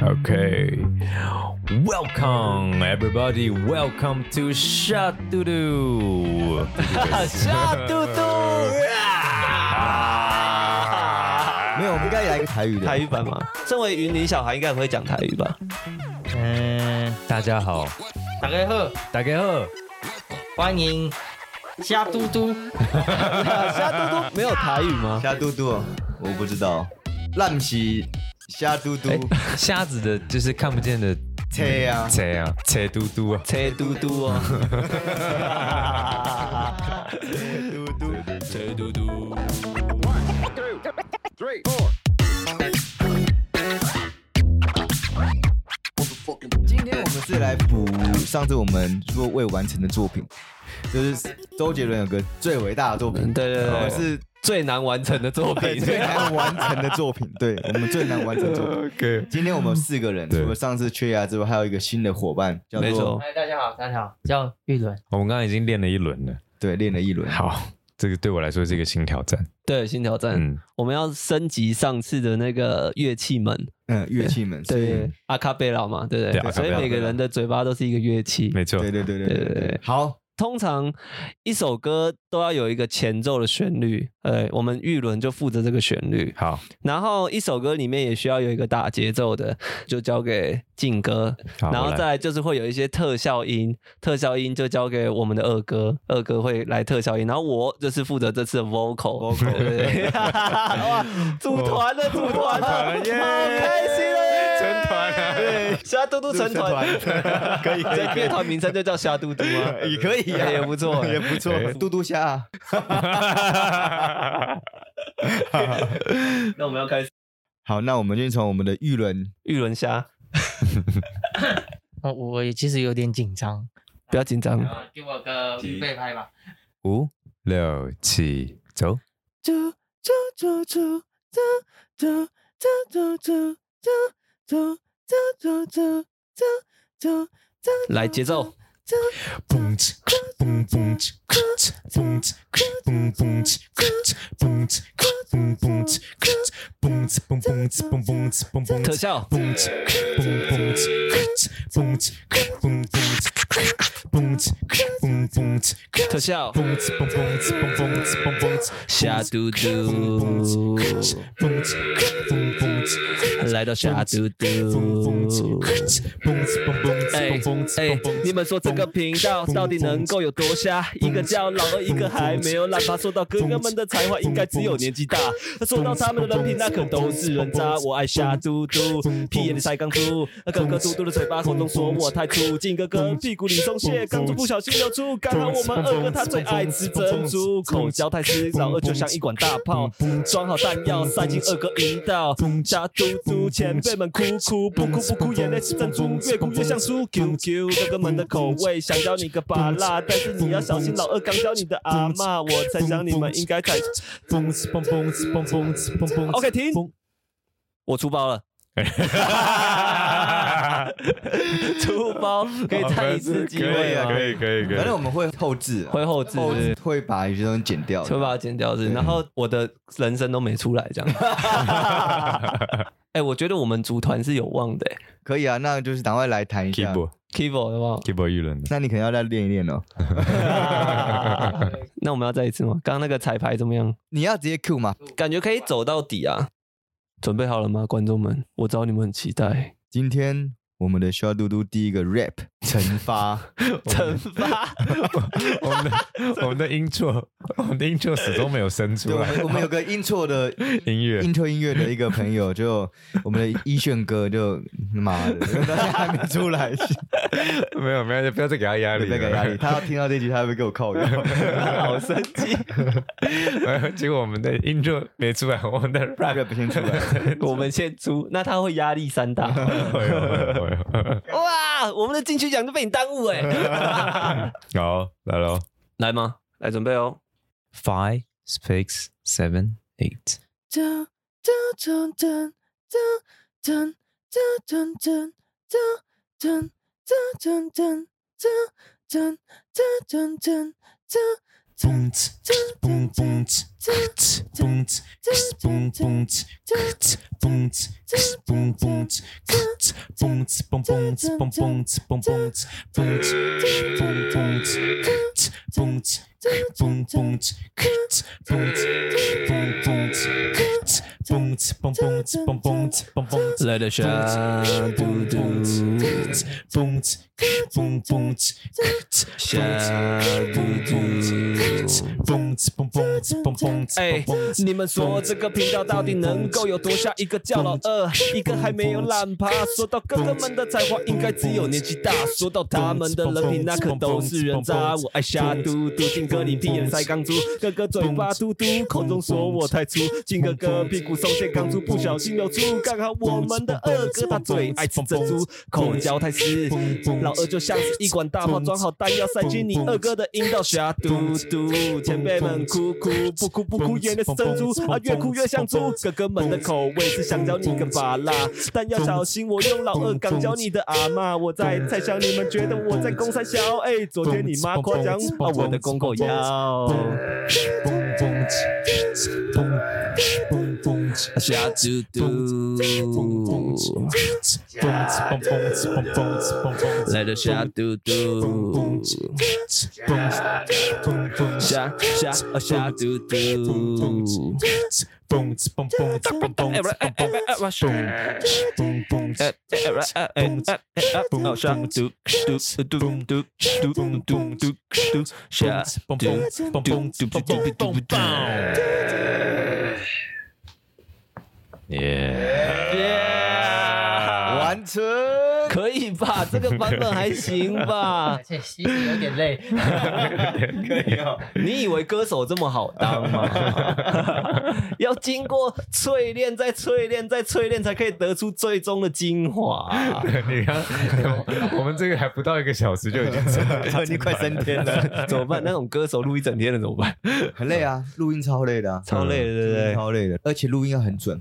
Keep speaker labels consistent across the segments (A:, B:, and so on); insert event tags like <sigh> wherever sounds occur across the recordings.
A: Okay. Welcome, everybody. Welcome to Shot Doodoo.
B: 下嘟嘟啊！
C: <laughs> 没有，我们应该来个台语的。
B: 台语版吗？身为云林小孩，应该很会讲台语吧？
D: 嗯，
A: 大家好，
D: 大家好，
A: 大家好。
D: 欢迎虾嘟嘟。
B: 虾嘟嘟没有台语吗？
C: 虾嘟嘟，我不知道。烂皮虾嘟
B: 哎
C: 嘟，
A: 瞎子的就是看不见的
C: 切呀！
A: 贼啊，贼嘟嘟啊。
B: 切嘟嘟哦，
C: 今天我们是来补上次我们说未完成的作品，就是周杰伦有个最伟大的作品，
B: 嗯对对对
C: 我们是
B: 最难完成的作品。
C: 最难完成的
B: <laughs>
C: 作品，对我们最难完成的作品。
A: OK。
C: 今天我们四个人，
A: 对
C: 除了上次缺牙之外，还有一个新的伙伴，叫
B: 没
C: 做
B: 错，
D: 哎，大家好，大家好，叫玉伦。
A: 我们刚刚已经练了一轮了。
C: 对练了一轮，
A: 好，这个对我来说是一个新挑战。
B: 对新挑战，
A: 嗯，
B: 我们要升级上次的那个乐器们，
C: 嗯，乐器们，所以
B: 对阿卡贝拉嘛，对不对？
A: 对阿卡
B: 所
A: 贝
B: 以
A: 拉
B: 每个人的嘴巴都是一个乐器。
A: 没错。
C: 对对对对对
B: 对对
C: 对
B: 对，
C: 好，
B: 通常一首歌都要有一个前奏的旋律，呃，我们玉伦就负责这个旋律，
C: <laughs>
A: 好
B: 然后一首歌里面也需要有一个打节奏的，就交给劲歌，
A: 好
B: 然
A: 我
B: 后
A: 来
B: 再来就是会有一些特效音，特效音就交给我们的二哥，二哥会来特效音，然后我就是负责这次的 vocal。
C: vocal
B: 对对对哇，组团了，组团了，
A: 耶
B: 好开心哦！
A: 成团了
B: 对，虾嘟嘟成团，可 <laughs> 以，这乐团名称就叫虾嘟嘟吗？
C: <laughs> 也可以啊
B: 哎 <laughs> 也不错，
C: 也不错，嘟嘟虾啊，
B: 那我们要开始
C: 好，那我们就从我们的玉轮
B: 玉轮虾，
D: 哦，我也其实有点紧张。
B: 不要紧张。
D: 嗯给我个预备拍吧。
A: 五六七，走。
D: 嘟嘟嘟嘟嘟嘟嘟嘟嘟嘟嘟嘟嘟嘟，
B: 来节奏。
A: 蹦哧蹦蹦哧蹦哧蹦蹦哧蹦哧蹦蹦哧蹦哧蹦蹦哧蹦蹦哧蹦蹦
B: 特效
A: 蹦哧蹦蹦哧蹦哧蹦蹦哧蹦哧蹦蹦哧
B: 特效，
A: 蹦哧蹦蹦哧蹦蹦哧蹦蹦哧
B: 虾嘟
A: 蹦蹦
B: 嘟，
A: 哧蹦哧蹦蹦哧
B: 来到虾嘟
A: 蹦蹦哧
B: 嘟。
A: 蹦哧蹦蹦哧
B: 哎
A: 蹦蹦哧
B: 哎
A: 蹦蹦哧，
B: 你们说这个频道到底能够有多瞎？一个叫老二，一个还没有懒趴。说到哥哥们的才华，应该只有年纪大。说到他们的人品，那可都是人渣。我爱虾嘟嘟，屁眼里才刚出。哥哥嘟嘟的嘴巴口中说我太粗，进哥哥屁股里松懈，钢珠不小心流出。刚好我们二哥他最爱吃珍珠，口交太湿，老二就像一管大炮，装好弹药塞进二哥阴道。虾嘟嘟，前辈们哭哭不哭不哭，眼泪是珍珠，越哭越像猪。QQ 哥哥们的口味，想教你个把辣，但是你要小心，老二刚教你的阿嬷，我猜想你们应该才。
A: 蹦哧蹦蹦哧蹦蹦哧蹦蹦哧
B: OK，停，我出包了。出包可以再一次机会啊！
A: 以可以可
C: 反正我们会后置啊，
B: 会后置，
C: 后置会把有些东西剪掉的，
B: 会把它剪掉是，然后我的人生都没出来这样。哎，我觉得我们组团是有望的。
C: 可以啊，那就是赶快来谈一下。
A: <laughs> keyboard
B: Kivo 有没有？
A: keyboard 议论的，
C: <laughs> 那你可能要再练一练哦。
B: 那我们要再一次吗？刚刚那个彩排怎么样？
C: 你要直接 Q 吗？
B: 感觉可以走到底啊！准备好了吗，观众们？我知道你们很期待。
C: 今天我们的需要嘟嘟第一个 rap 惩罚，
B: 惩罚，
A: 我们的我们的音错，我们的音错始终没有生
C: 对，
A: 出
C: 我
A: 来
C: 们我们有个 intro 的
A: 音乐。
C: intro 音乐的一个朋友，就我们的一炫哥，就妈的， <laughs> 到现在还没出来，
A: 没有没有，不要再给他压力，
C: 那个压力，。他要听到这句，他会不会给我靠腰。
B: 好生气！
E: <laughs>
A: 结果我们的音就没出来，我们的 rap
C: <laughs> rap 先出来，
B: 我们先出，那他会压力山大。
A: 会有会有会有。
B: 哇，我们的金曲奖就被你耽误哎、
A: 好，来喽
B: 来吗？来准备哦。
A: ，five six seven eight。蹦子蹦蹦子蹦子蹦蹦子蹦子蹦蹦子蹦子蹦蹦子蹦蹦子蹦蹦子蹦子蹦蹦子蹦子蹦蹦子蹦子蹦蹦子蹦子蹦蹦子蹦蹦子蹦蹦子。
B: 来的
A: 蹦子
B: 香嘟
A: 蹦
B: 嘟，
A: 蹦子蹦子蹦蹦子
B: 香嘟嘟。
A: 蹦子蹦蹦子蹦蹦子
B: 哎
A: 蹦蹦，子。
B: 你们说这个频道到底能够有多像一个叫老二，一个还没有懒趴？说到哥哥们的才华，应该只有年纪大。说到他们的人品，那可都是人渣。我爱瞎嘟嘟，金哥你屁眼塞钢珠，哥哥嘴巴嘟嘟，口中说我太粗，金哥哥屁股松懈钢珠不小心流出。刚好我们的二哥他最爱吃珍珠，口交太湿，老二就像是一管大炮，装好弹药塞进你二哥的阴道。瞎嘟嘟，前辈们哭哭不哭不哭，眼泪是珍珠啊，越哭越像猪。哥哥们的口味是香蕉你个把辣，但要小心我用老二港教你的阿妈。我在猜想你们觉得我在公三小？哎，昨天你妈夸奖啊我的公狗腰。
A: 蹦蹦子蹦蹦蹦子。
B: 瞎嘟嘟，来的瞎嘟嘟，瞎瞎啊瞎嘟嘟。呃
A: 啊
B: 啊耶！
C: 完成。
B: 可以吧？这个版本还行吧
F: 而？且吸的有点
D: <laughs>
F: 累，
B: 你以为歌手这么好当吗？ <laughs> 要经过淬炼，再淬炼，再淬炼，才可以得出最终的精华。
E: 你看，我们这个还不到一个小时就已经成
C: <laughs>
E: 了
C: 已经快升天了，
B: 怎么办？那种歌手录一整天了怎么办？
C: 很累啊，录音超累的啊，
B: 超累的，对不对？
C: 超累的，而且录音要很准，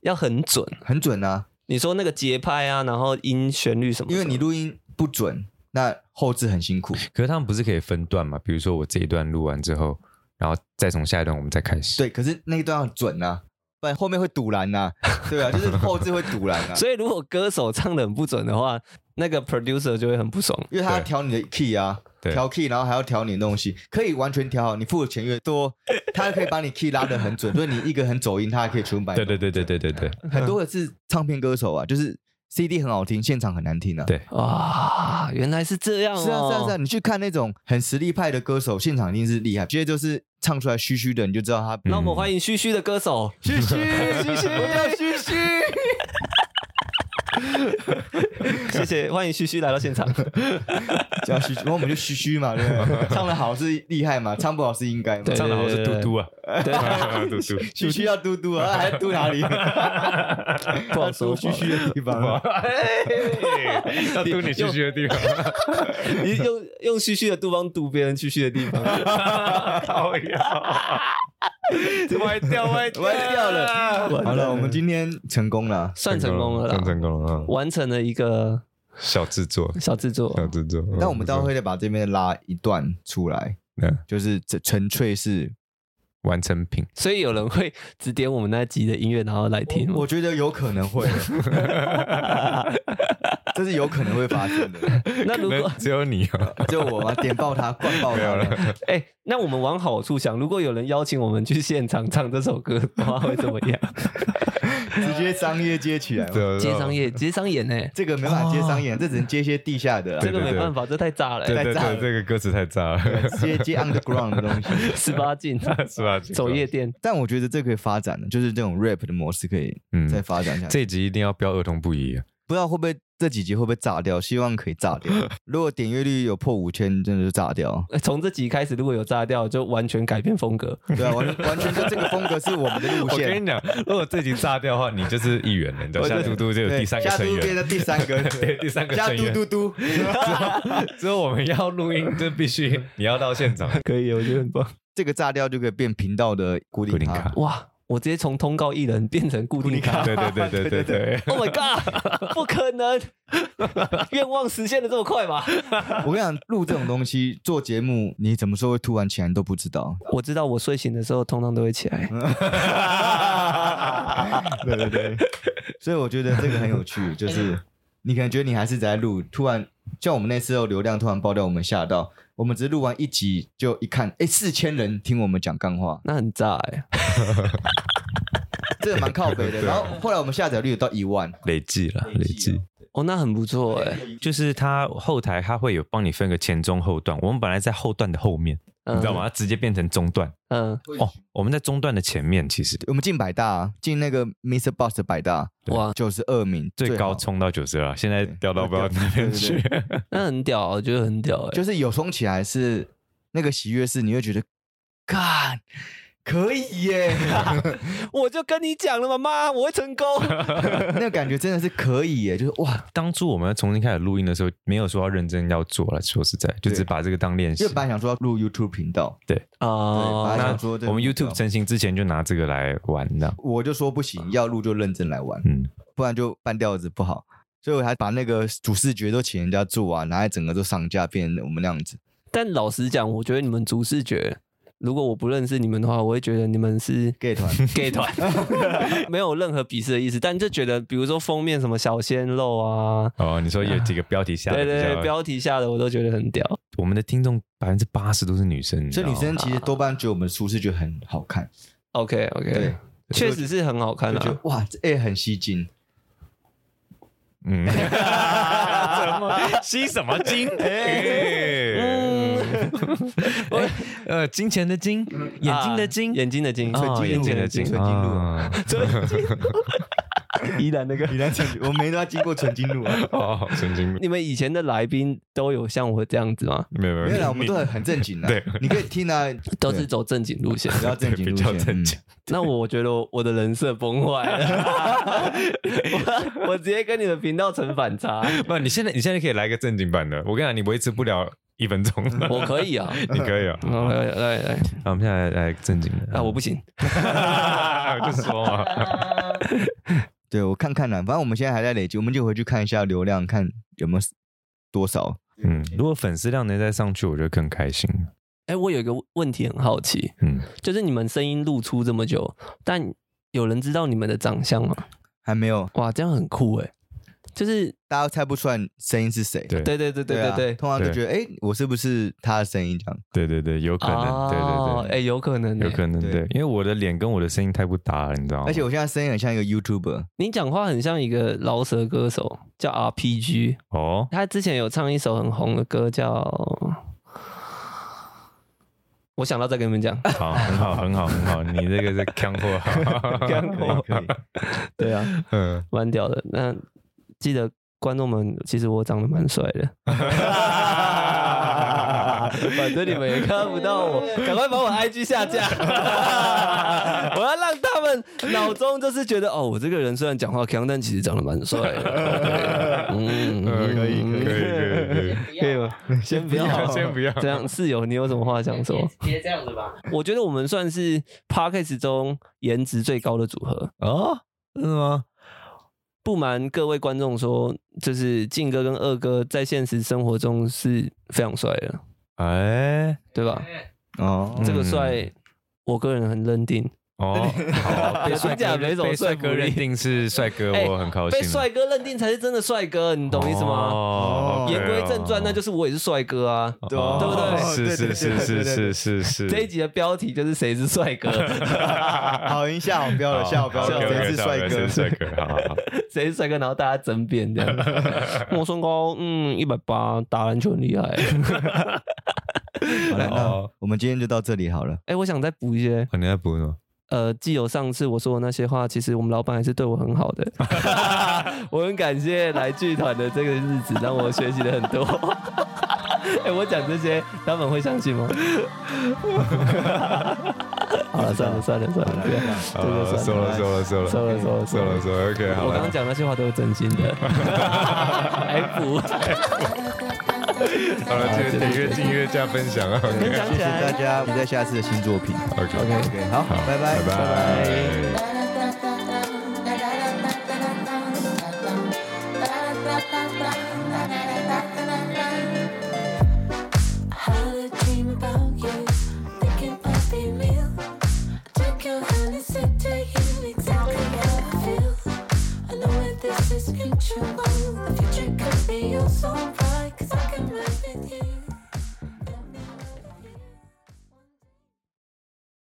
B: 要很准。
C: 很准啊，
B: 你说那个节拍啊，然后音旋律什么的？
C: 因为你录音不准，那后置
E: <laughs>
C: 很辛苦。
E: 可是他们不是可以分段嘛？比如说我这一段录完之后，然后再从下一段我们再开始。
C: 对，可是那一段要准啊，不然后面会堵拦
E: <laughs>
C: 呐、对啊，就是后置会堵拦啊，
B: 所以如果歌手唱的很不准的话，那个 producer 就会很不爽。
C: 因为他要
E: 对
C: 调你的 key 啊，
E: 对
C: 调 key，然后还要调你的东西，可以完全调好，你付的钱越
E: <laughs>
C: 多，他可以把你 key 拉得很准，所以你一个很走音，他还可以全部把你
E: 对对对对对对对
C: 很多的是唱片歌手啊，就是 CD 很好听，现场很难听啊。
E: 对
B: 哇，原来是这样哦！
C: 是啊是啊是啊，你去看那种很实力派的歌手，现场一定是厉害，直接就是唱出来虚虚的，你就知道他。
B: 那我们欢迎虚虚的歌手，
C: 虚虚虚虚，我叫虚虚。
E: 嗯
B: 谢谢，欢迎虚虚来到现
E: <laughs>
B: 场。
C: 叫虚虚，然后我们就虚虚嘛，对不对？ <laughs> 唱的好是厉害嘛，唱不好是应该嘛。
B: 对
E: 唱的好是嘟嘟啊，
B: 对，
E: 嘟嘟。
C: 虚虚要嘟嘟啊，还嘟哪里？
B: <laughs>
C: <laughs>
B: 不好说
C: 嘟虚虚的地方啊。
E: 要嘟你去去的地方，
B: 你用用虚虚的地方堵别人虚虚的地
E: <laughs>
B: 方，
E: 好呀，歪掉歪掉
C: 歪掉了。
E: <laughs>
C: 好了，我们今天成功了。
B: 算成功了
E: 算
B: 啦，
E: 成功了啊！
B: 完成了一个
E: 小制作，
B: 小制作。
E: 小制作。
B: 嗯
C: 那我们待会再把这边拉一段出来，
E: 嗯
C: 就是这纯粹是，
E: 完成品，
B: 所以有人会指点我们那集的音乐，然后来听吗
C: 我觉得有可能会，
B: <laughs>
C: 这是有可能会发生的。
B: 那如果
E: 那只有你
C: <laughs>
E: 啊， <laughs>
C: 就我嘛，点爆他，灌爆他。
B: 哎、那我们往好处想，如果有人邀请我们去现场唱这首歌的话，会怎么
E: <laughs>
B: 样？
C: 直接商业啊接起来嘛。
E: 对啊
B: 接商，业，接商演呢、
C: 这个没办法接商演，这只能接些地下的啦
B: 这，个
E: 对对
B: 没
E: 对
B: 办法，这太炸了、
E: 对
B: 欸，
E: 对对，这个歌词太炸了，
C: 接接 underground 的东
B: <laughs>
C: 西。
B: 十八禁，
E: <laughs> 是吧？
B: 走夜店，
C: 但我觉得这可以发展的，就是这种 rap 的模式可以
E: 嗯
C: 再发展下去。
E: 这一集一定要标儿童不宜啊，
C: 不知道会不会这几集会不会炸掉？希望可以炸
E: <laughs>
C: 掉。如果点阅率有破五千，真的就炸掉。
B: 呃从这集开始，如果有炸掉，就完全改变风格。
C: 对啊，完完全就这个风格是我们的路
E: 我跟
C: 线
E: 你。讲，如果这集炸掉的话，你就是议员了，你知道夏嘟嘟就有第三个
C: 加
E: 成
C: 嘟变
E: 员，
C: 成第三个，
E: <laughs> 对，第三个
C: 加
E: 成
C: 嘟
E: 员。
C: 嘟
E: <laughs>
C: 嘟。
E: 之后我们要录音，就必须你要到现场。
B: 可以，我觉得很棒。
C: 这个炸掉就可以变频道的固定
E: 固定
C: 卡
E: 卡。
B: 哇，我直接从通告艺人变成固定咖。
E: 对对对对对对，
B: Oh my <laughs> god！不可能，愿望实现的这么快吗？
C: <laughs> 我跟你讲，录这种东西，做节目，你怎么说会突然起来，你都不
E: <laughs>
C: 知道。
B: 我知道，我睡醒的时候通常都会起来。
C: 对对对，所以我觉得这个很有趣，就是你可能觉得你还是在录，突然像我们那时候流量突然爆掉，我们吓到，我们只是录完一集就一看，哎，四千人听我们讲干话，
B: 那很炸哎、
C: 这个蛮靠
E: <laughs>
C: 北的。然后后来我们下载率有到一万，
E: 累计了，累计。啊
B: 哦，那很不错哎、
E: 就是它后台它会有帮你分个前中后段，我们本来在后段的后面，
B: 嗯
E: 你知道吗？它直接变成中段
B: 嗯，
E: 哦，我们在中段的前面，其实
C: 我们进百大啊，进那个 Mr. Boss 的百大，
B: 哇，
C: 九十二名
E: 最
C: 好
E: 高冲到九十了，现在
C: 对
E: 掉到不知道哪边去。 <laughs>
C: 对
B: 那很屌，我觉得很屌哎、
C: 就是有冲起来是那个喜悦是你会觉得，干可以耶， <laughs>
B: 我就跟你讲了嘛，妈，我会成 <laughs> 功。
C: 那个感觉真的是可以耶，就是哇，
E: 当初我们重新开始录音的时候，没有说要认真要做了，说实在，就
C: 对
E: 只把这个当练习
C: 因为。本来想说要录 YouTube 频道，
B: 哦
C: 对，本来
E: 那
C: 想说这个
E: 我们
C: 目标
E: YouTube 嗯成型之前就拿这个来玩的，
C: 我就说不行，要录就认真来玩，
E: 嗯，
C: 不然就半吊子不好。所以我还把那个主视觉都请人家做啊，拿来整个都上架，变成我们那样子。
B: 但老实讲，我觉得你们主视觉，如果我不认识你们的话，我会觉得你们是
C: gay
E: <laughs>
C: 团
B: gay 团，没有任何鄙视的意思。但就觉得，比如说封面什么小鲜肉啊，
E: 哦，你说有几个标题下
B: 对
E: <laughs> 的
B: 对对，
E: 比较，
B: 标题下的我都觉得很屌。
E: 我们的听众百分之八十都是女生，你知
C: 这
E: 道
C: 女
E: 吗
C: 生其实多半觉得我们舒适觉得很好看，
B: OK
C: 对
B: OK，，确实是很好看
C: 就觉
B: 啊
C: 得。哇，这哎很吸睛，
E: 嗯， <laughs> 怎么吸什么金？哎呃，金钱的金，眼睛的
B: 啊
E: 睛，
B: 眼睛的睛，
E: 哦眼睛的睛，
C: 纯金路
E: 啊
C: 依然那个依然纯，我们都要经过纯金路啊。
E: <laughs> 哦，纯金路，
B: 你们以前的来宾都有像我这样子吗？
E: 没有没有
C: 没有啦，我们
E: 你
C: 都很很正经的。
E: 对，
C: 你可以听啊，
B: 都是走正经路线。
C: 比较正经
E: 对
C: 路
E: 比较
C: 线，
E: 正经
B: 那我觉得我的人设崩坏了，我我直接跟你的频道成反差。
E: 不，你现在你现在可以来个正经版的，我跟你讲，你维持不了一分钟，
B: 我可以啊，
E: <laughs> 你可以啊。
B: 来来来来，
E: 那我们现在来正经的
B: 啊，我不行，
E: <laughs> 我就说哦嘛，
D: 啊
C: 对我看看啦，反正我们现在还在累积，我们就回去看一下流量，看有没有多少。
E: 嗯，如果粉丝量能再上去，我就更开心。
B: 哎、我有一个问题很好奇，
E: 嗯，
B: 就是你们声音露出这么久，但有人知道你们的长相吗？
C: 还没有，
B: 哇，这样很酷哎、就是
C: 大家猜不出来声音是谁。
E: 对
B: 对对对对
C: 啊
B: 对对，
C: 通常就觉得哎，我是不是他的声音这样？
E: 对对对，有可能，对
B: 哦
E: 对
B: 哎、
E: 对，
B: 有可能、欸，
E: 有可能
C: 对
E: 对，因为我的脸跟我的声音太不搭了，你知道吗？
C: 而且我现在声音很像一个 YouTuber，
B: 你讲话很像一个饶舌歌手，叫 RPG，
E: 哦，
B: 他之前有唱一首很红的歌叫。我想到再跟你们讲，
E: 好，很好，很好，很好，你这个是干货，
B: 干货
C: 可以可以
B: 对啊，
E: 嗯，
B: 蛮屌的。那记得观众们，其实我长得蛮帅的， <laughs> 反正你们也看不到我，赶快把我 IG 下架， <laughs> 我要让他们脑中就是觉得，哦，我这个人虽然讲话强，但其实长得蛮帅
E: <laughs>
B: 的。嗯，
E: 嗯可以可以可以可以
B: 可以吗？ <laughs> 先不要，
E: <laughs> 先不要
B: 这样室友，你有什么话想 <laughs> 说？别这样子吧。我觉得我们算是 podcast 中颜值最高的组合。
E: 哦， <laughs> 是吗？
B: 不瞒各位观众说，就是靖哥跟二哥在现实生活中是非常帅的，
E: 哎，
B: 对
D: 啊
B: 吧？
C: 哦
E: 嗯，
B: 这个帅，我个人很认定。
E: <laughs> 哦，好被
B: 我
E: 帅
B: 跟你讲
E: 哥
B: 没什
E: 认
B: 么
E: 被帅
B: 说服
E: 哥
B: 力
E: 认定是帅哥，
B: 哎
E: 我很高兴。
B: 被
E: 啊
B: 帅哥认定才是真的帅哥，你懂意思吗？
E: 哦
B: 言归正传，那就是是我也是帅哥啊。
C: 哦
B: 对不对
E: 是是是是是是是。
B: <laughs> 这一集的标题就是谁是帅
E: <laughs>
B: 哥，
C: 好，一下我标了，下我
E: 哦
C: 标了，谁是帅
E: 谁
C: 哥
E: 是？帅哥？好好好，
B: 谁是帅哥，然后大家争辩
E: <laughs>
B: 这样。我身高嗯一百八，打篮球很厉害。
E: <laughs>
C: 好了，那
E: 哦
C: 我们今天就到这里好了。
B: 哎，我想再补一些，
E: 哦你在补什么？
B: 呃，既有上次我说的那些话，其实我们老板还是对我很好
E: <laughs>
B: 的，我很感谢来剧团的这个日子，让我学习了很多。 <laughs> 哎、我讲这些，他们会相信吗？ <laughs> 好了，算了算了算了，不要这
E: 好
B: 个
E: 了，收
B: 算
E: 了
B: 哦了。
E: 收了收
B: 收
E: 了
B: 了收了
E: 收了收了，OK，好
B: 我刚
E: 了
B: <laughs> 刚。讲那些话都是真心的，还补。
F: Thank you.
E: 好了，记得点阅、订阅、加分享啊。
C: 谢谢大家，我们在下次的新作品。
E: OK
C: OK OK，好，
E: 好，
C: 拜拜，
E: 拜拜。
F: had a dream about you, thinking of being real. Took your hand and said to you exactly how I feel. I know where this is going to go. The future could be all so bright, cause I can ride with you.